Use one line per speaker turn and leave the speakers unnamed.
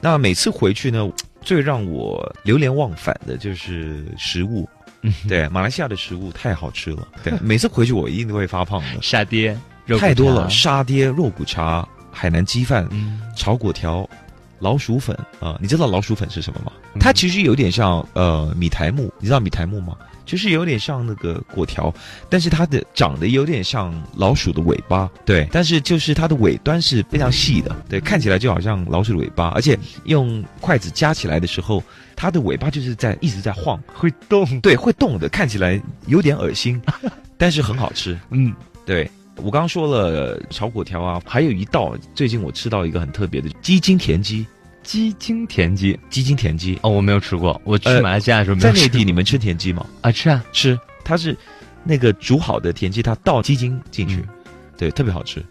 那每次回去呢，最让我流连忘返的就是食物。
嗯
对，马来西亚的食物太好吃
，
了。对，每次回去我一定都会发胖的
沙爹、肉骨
太多
茶
了，沙爹、肉骨茶、海南鸡饭、
嗯，
炒粿条、老鼠粉啊、你知道老鼠粉是什么吗？它其实有点像呃米苔木，你知道米苔木吗？就是有点像那个粿条，但是它的长得有点像老鼠的尾巴，对，但是就是它的尾端是非常细的，对，看起来就好像老鼠的尾巴，而且用筷子夹起来的时候，它的尾巴就是在一直在晃，
会动，
对，会动的，看起来有点恶心，但是很好吃。
嗯，
对我刚刚说了炒粿条啊，还有一道最近我吃到一个很特别的鸡精田鸡，
鸡精田鸡
鸡精田鸡
哦，我没有吃过，我去
呃
马来西亚的时候没
在
有吃
内地你们吃田鸡吗？
啊吃啊，
吃，它是那个煮好的田鸡，它倒鸡精进去，
嗯
对，特别好吃。